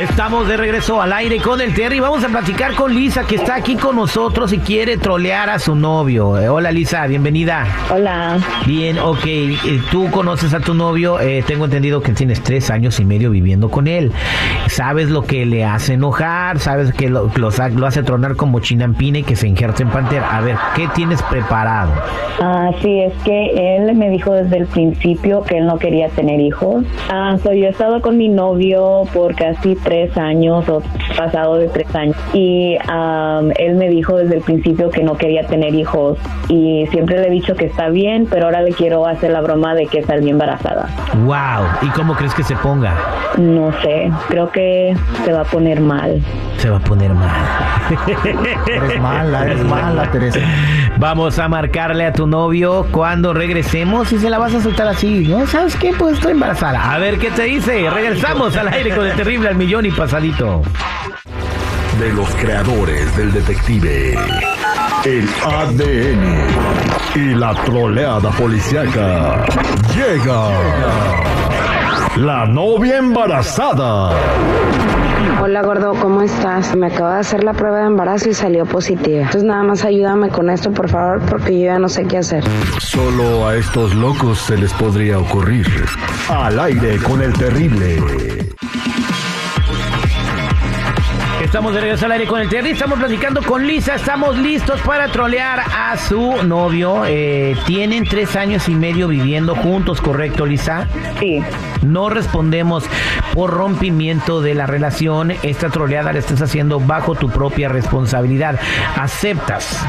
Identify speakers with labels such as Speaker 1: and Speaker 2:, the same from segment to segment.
Speaker 1: Estamos de regreso al aire con el Terry. Vamos a platicar con Lisa, que está aquí con nosotros y quiere trolear a su novio. Eh, hola, Lisa, bienvenida.
Speaker 2: Hola.
Speaker 1: Bien, ok. eh, tú conoces a tu novio. eh, tengo entendido que tienes tres años y medio viviendo con él. Sabes lo que le hace enojar, sabes que lo, lo sa- lo hace tronar como chinampina y que se injerta en pantera. A ver, ¿qué tienes preparado?
Speaker 2: Así Ah, es que él me dijo desde el principio que él no quería tener hijos. Ah, so yo he estado con mi novio por casi tres años o pasado de tres años y am, él me dijo desde el principio que no quería tener hijos y siempre le he dicho que está bien, pero ahora le quiero hacer la broma de que estaría embarazada.
Speaker 1: ¡Wow! ¿Y cómo crees que se ponga?
Speaker 2: No sé, creo que se va a poner mal.
Speaker 1: Se va a poner mal.
Speaker 3: Eres mala, eres mala, Teresa.
Speaker 1: Vamos a marcarle a tu novio cuando regresemos y se la vas a soltar así. ¿No sabes qué? Pues estoy embarazada. A ver qué te dice. Regresamos al aire con el terrible al millón y pasadito.
Speaker 4: de los creadores del detective. El ADN y la troleada policiaca. Llega la novia embarazada.
Speaker 5: Hola gordo, ¿cómo estás? Me acabo de hacer la prueba de embarazo y salió positiva. Entonces nada más ayúdame con esto, por favor, porque yo ya no sé qué hacer.
Speaker 4: Solo a estos locos se les podría ocurrir. Al aire con el terrible.
Speaker 1: Estamos de regreso al aire con el Terry. Estamos platicando con Lisa. Estamos listos para trolear a su novio. Eh, tienen tres años y medio viviendo juntos, ¿correcto, Lisa?
Speaker 2: Sí,
Speaker 1: No respondemos por rompimiento de la relación. Esta troleada la estás haciendo bajo tu propia responsabilidad. ¿Aceptas?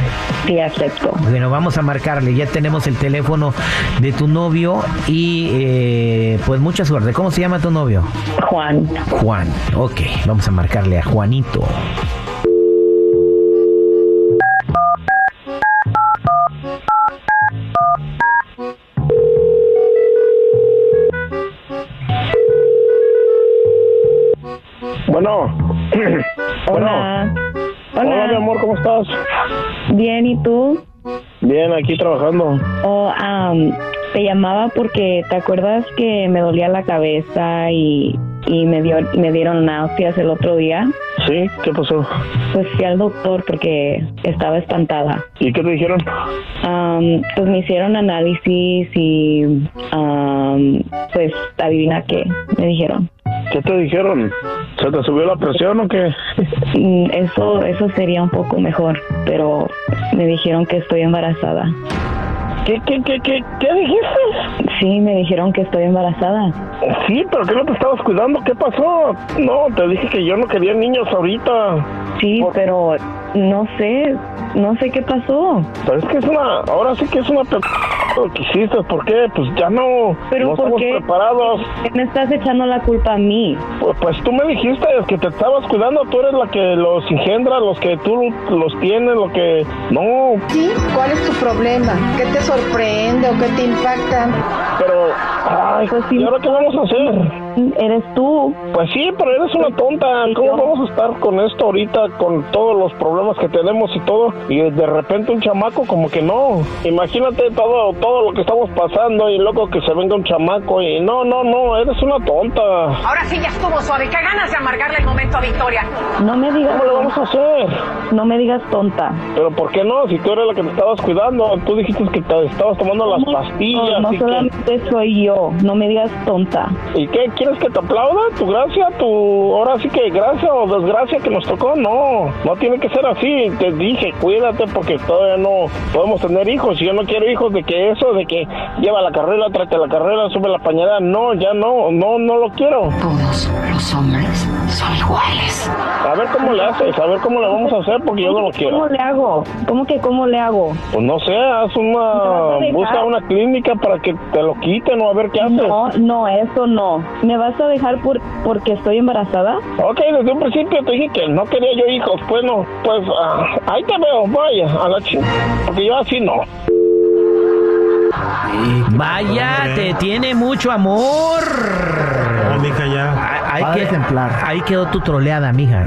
Speaker 2: sí acepto.
Speaker 1: Bueno, vamos a marcarle. Ya tenemos el teléfono de tu novio y eh, pues mucha suerte. ¿Cómo se llama tu novio?
Speaker 2: Juan,
Speaker 1: Juan. Ok, vamos a marcarle a Juanito.
Speaker 6: Bueno. Bueno.
Speaker 2: hola.
Speaker 6: Hola, mi
Speaker 2: Hola,
Speaker 6: amor, ¿cómo estás?
Speaker 2: bien, ¿y tú?
Speaker 6: Bien, aquí trabajando.
Speaker 2: Oh, am, te llamaba porque te acuerdas que me dolía la cabeza y, y me, dio, me dieron náuseas el otro día.
Speaker 6: ¿Sí? ¿Qué pasó?
Speaker 2: Pues fui al doctor porque estaba espantada.
Speaker 6: ¿Y qué te dijeron?
Speaker 2: Am, pues me hicieron análisis y am, pues adivina qué, me dijeron.
Speaker 6: ¿Qué te dijeron? ¿Se te subió la presión o qué?
Speaker 2: Mm, Eso, eso sería un poco mejor, pero me dijeron que estoy embarazada.
Speaker 6: ¿Qué, qué, qué, qué, qué dijiste?
Speaker 2: Sí, me dijeron que estoy embarazada.
Speaker 6: Sí, pero que no te estabas cuidando. ¿Qué pasó? No, te dije que yo no quería niños ahorita.
Speaker 2: Sí,
Speaker 6: Por-
Speaker 2: pero no sé, no sé qué pasó.
Speaker 6: Pero es que es una... Ahora sí que es una... pe- lo que hiciste, ¿por qué? Pues ya no...
Speaker 2: Pero
Speaker 6: no
Speaker 2: ¿por
Speaker 6: estamos
Speaker 2: qué?
Speaker 6: preparados.
Speaker 2: ¿Qué me estás echando la culpa a mí?
Speaker 6: Pues, pues tú me dijiste que te estabas cuidando, tú eres la que los engendra, los que tú los tienes, lo que... No,
Speaker 7: ¿Sí? ¿Cuál es tu problema? ¿Qué te sorprende o qué te impacta?
Speaker 6: Pero, ay,
Speaker 2: Pues sí.
Speaker 6: ¿y ahora qué vamos a hacer?
Speaker 2: Eres tú.
Speaker 6: Pues sí, pero eres una tonta. ¿Cómo vamos a estar con esto ahorita, con todos los problemas que tenemos y todo? Y de repente un chamaco, como que no. Imagínate todo, todo lo que estamos pasando y loco que se venga un chamaco y no, no, no, eres una tonta.
Speaker 8: Ahora sí ya estuvo suave. Qué ganas de amargarle el momento a Victoria.
Speaker 2: No me digas,
Speaker 6: ¿Cómo le vamos a hacer?
Speaker 2: no me digas tonta.
Speaker 6: Pero ¿por qué no? Si tú eres la que te estabas cuidando, tú dijiste que te estabas tomando las
Speaker 2: No,
Speaker 6: pastillas.
Speaker 2: no
Speaker 6: y, que-
Speaker 2: solamente soy yo. No me digas tonta.
Speaker 6: ¿Y qué? ¿Quieres que te aplauda? ¿Tu gracia? ¿Tu ahora sí que gracia o desgracia que nos tocó? No, no tiene que ser así. Te dije, cuídate porque todavía no podemos tener hijos. Y yo no quiero hijos de que eso, de que lleva la carrera, trate la carrera, sube la pañada. No, ya no, no, no lo quiero.
Speaker 8: Todos los hombres son iguales.
Speaker 6: A ver cómo le haces, a ver cómo le vamos a hacer porque yo no lo
Speaker 2: ¿Cómo
Speaker 6: quiero.
Speaker 2: le hago? ¿Cómo que cómo le hago?
Speaker 6: Pues no sé, haz
Speaker 2: vas a
Speaker 6: una,
Speaker 2: dejar?
Speaker 6: busca una clínica para que te lo quiten o a ver qué haces.
Speaker 2: No, no, eso no. ¿Me vas a dejar por porque estoy embarazada?
Speaker 6: Ok, desde un principio te dije que no quería yo hijos. Bueno, pues ah, ahí te veo, vaya, a la chingada. Porque yo así no.
Speaker 1: Vaya, te tiene mucho amor.
Speaker 9: Ah, mija, ya.
Speaker 1: Ah, Ahí,
Speaker 3: Padre
Speaker 1: que-
Speaker 3: ejemplar.
Speaker 1: ahí quedó tu troleada, mija.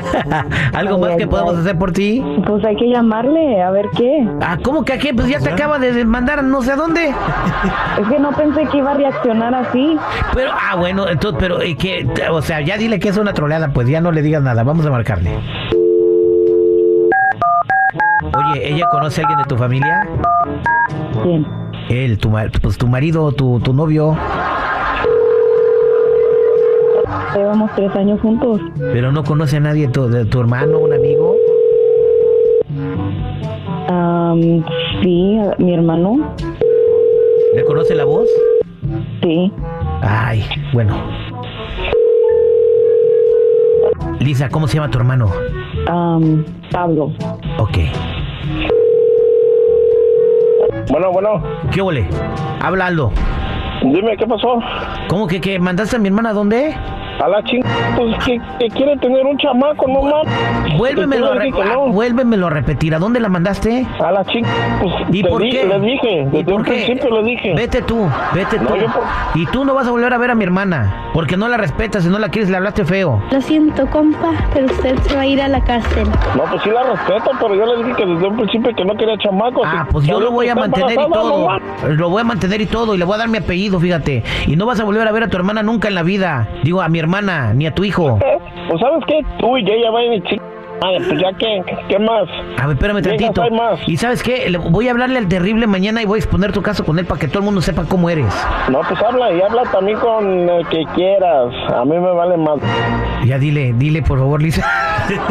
Speaker 1: ¿Algo más que podamos hacer por ti?
Speaker 2: Pues hay que llamarle, a ver qué.
Speaker 1: Ah, ¿cómo que aquí? Pues ya te acaba de mandar no sé a dónde.
Speaker 2: Es que no pensé que iba a reaccionar así.
Speaker 1: Pero, ah, bueno, entonces, pero, eh, que, o sea, ya dile que es una troleada, pues ya no le digas nada, vamos a marcarle. Oye, ¿ella conoce a alguien de tu familia?
Speaker 2: Bien.
Speaker 1: Él, tu, ma- pues, tu marido, tu, tu novio,
Speaker 2: Llevamos tres años juntos.
Speaker 1: pero no conoce a nadie, tu, de tu hermano, un amigo.
Speaker 2: Am, sí, a- mi hermano.
Speaker 1: ¿Le conoce la voz?
Speaker 2: Sí.
Speaker 1: Ay, bueno. Lisa, ¿cómo se llama tu hermano?
Speaker 2: Am, Pablo.
Speaker 1: Ok.
Speaker 6: Bueno, bueno,
Speaker 1: ¿Qué ole? Habla Aldo.
Speaker 6: dime, ¿qué pasó?
Speaker 1: ¿Cómo que, que mandaste a mi hermana a dónde?
Speaker 6: A la chingada, pues que, que quiere tener un chamaco, no mames.
Speaker 1: Vuélvemelo a,
Speaker 6: Y tú le
Speaker 1: re-
Speaker 6: dije
Speaker 1: ah,
Speaker 6: no.
Speaker 1: vuélvemelo a repetir. ¿A dónde la mandaste?
Speaker 6: A la chingada, pues
Speaker 1: ¿Y
Speaker 6: te
Speaker 1: por
Speaker 6: di-
Speaker 1: qué?
Speaker 6: le dije,
Speaker 1: ¿Y
Speaker 6: desde
Speaker 1: por
Speaker 6: un
Speaker 1: qué?
Speaker 6: principio le dije.
Speaker 1: Vete tú, vete
Speaker 6: No,
Speaker 1: tú.
Speaker 6: yo por-
Speaker 1: Y tú no vas a volver a ver a mi hermana. Porque no la respetas, si no la quieres, le hablaste feo.
Speaker 10: Lo siento, compa, pero usted se va a ir a la cárcel.
Speaker 6: No, pues sí la respeto, pero yo le dije que desde un principio que no quería chamacos.
Speaker 1: Ah,
Speaker 6: Y
Speaker 1: pues yo
Speaker 6: salió
Speaker 1: lo voy
Speaker 6: que
Speaker 1: a
Speaker 6: está
Speaker 1: mantener y
Speaker 6: embarazada,
Speaker 1: todo.
Speaker 6: no mames.
Speaker 1: Lo voy a mantener y todo. Y le voy a dar mi apellido, fíjate. Y no vas a volver a ver a tu hermana nunca en la vida. Digo, a mi hermana, ni a tu hijo.
Speaker 6: Eh, Pues sabes qué, tú y ella vayan y ching... Ay, pues ya que, ¿qué más?
Speaker 1: A ver, espérame
Speaker 6: Venga,
Speaker 1: tantito.
Speaker 6: hay más.
Speaker 1: Y sabes qué, Le- voy a hablarle al terrible mañana y voy a exponer tu caso con él para que todo el mundo sepa cómo eres.
Speaker 6: No, pues habla y habla también con el que quieras. A mí me vale más.
Speaker 1: Ya dile, dile por favor, Lisa.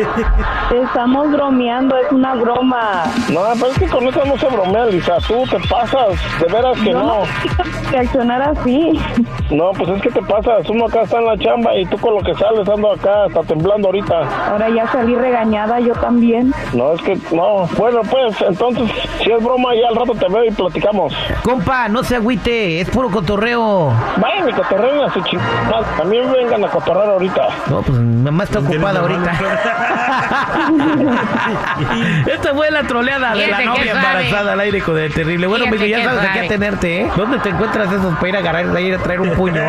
Speaker 2: Te Estamos bromeando, es una broma.
Speaker 6: No, pero es que con eso no se bromea, Lisa. Tú te pasas, de veras que
Speaker 2: Yo
Speaker 6: no.
Speaker 2: no pensé que reaccionar así.
Speaker 6: No, pues es que te pasas. Uno acá está en la chamba y tú con lo que sales ando acá, está temblando ahorita.
Speaker 2: Ahora ya salí regañada yo también.
Speaker 6: No, es que no. Bueno, pues entonces, si es broma, ya al rato te veo y platicamos.
Speaker 1: Compa, no se agüite, es puro cotorreo.
Speaker 6: Vayan y cotorreen a su chingada. También vengan a cotorrar ahorita.
Speaker 1: No, pues mi mamá está ocupada
Speaker 9: Tienes
Speaker 1: ahorita. Esta fue la troleada de la
Speaker 8: Fíjate
Speaker 1: novia
Speaker 8: que sabe.
Speaker 1: embarazada al aire con el terrible. Bueno,
Speaker 8: Fíjate
Speaker 1: Miguel, ya
Speaker 8: que
Speaker 1: sabes a qué
Speaker 8: sabe.
Speaker 1: atenerte, ¿eh? ¿Dónde te encuentras esos para ir a agarrar, a ir a traer un puño?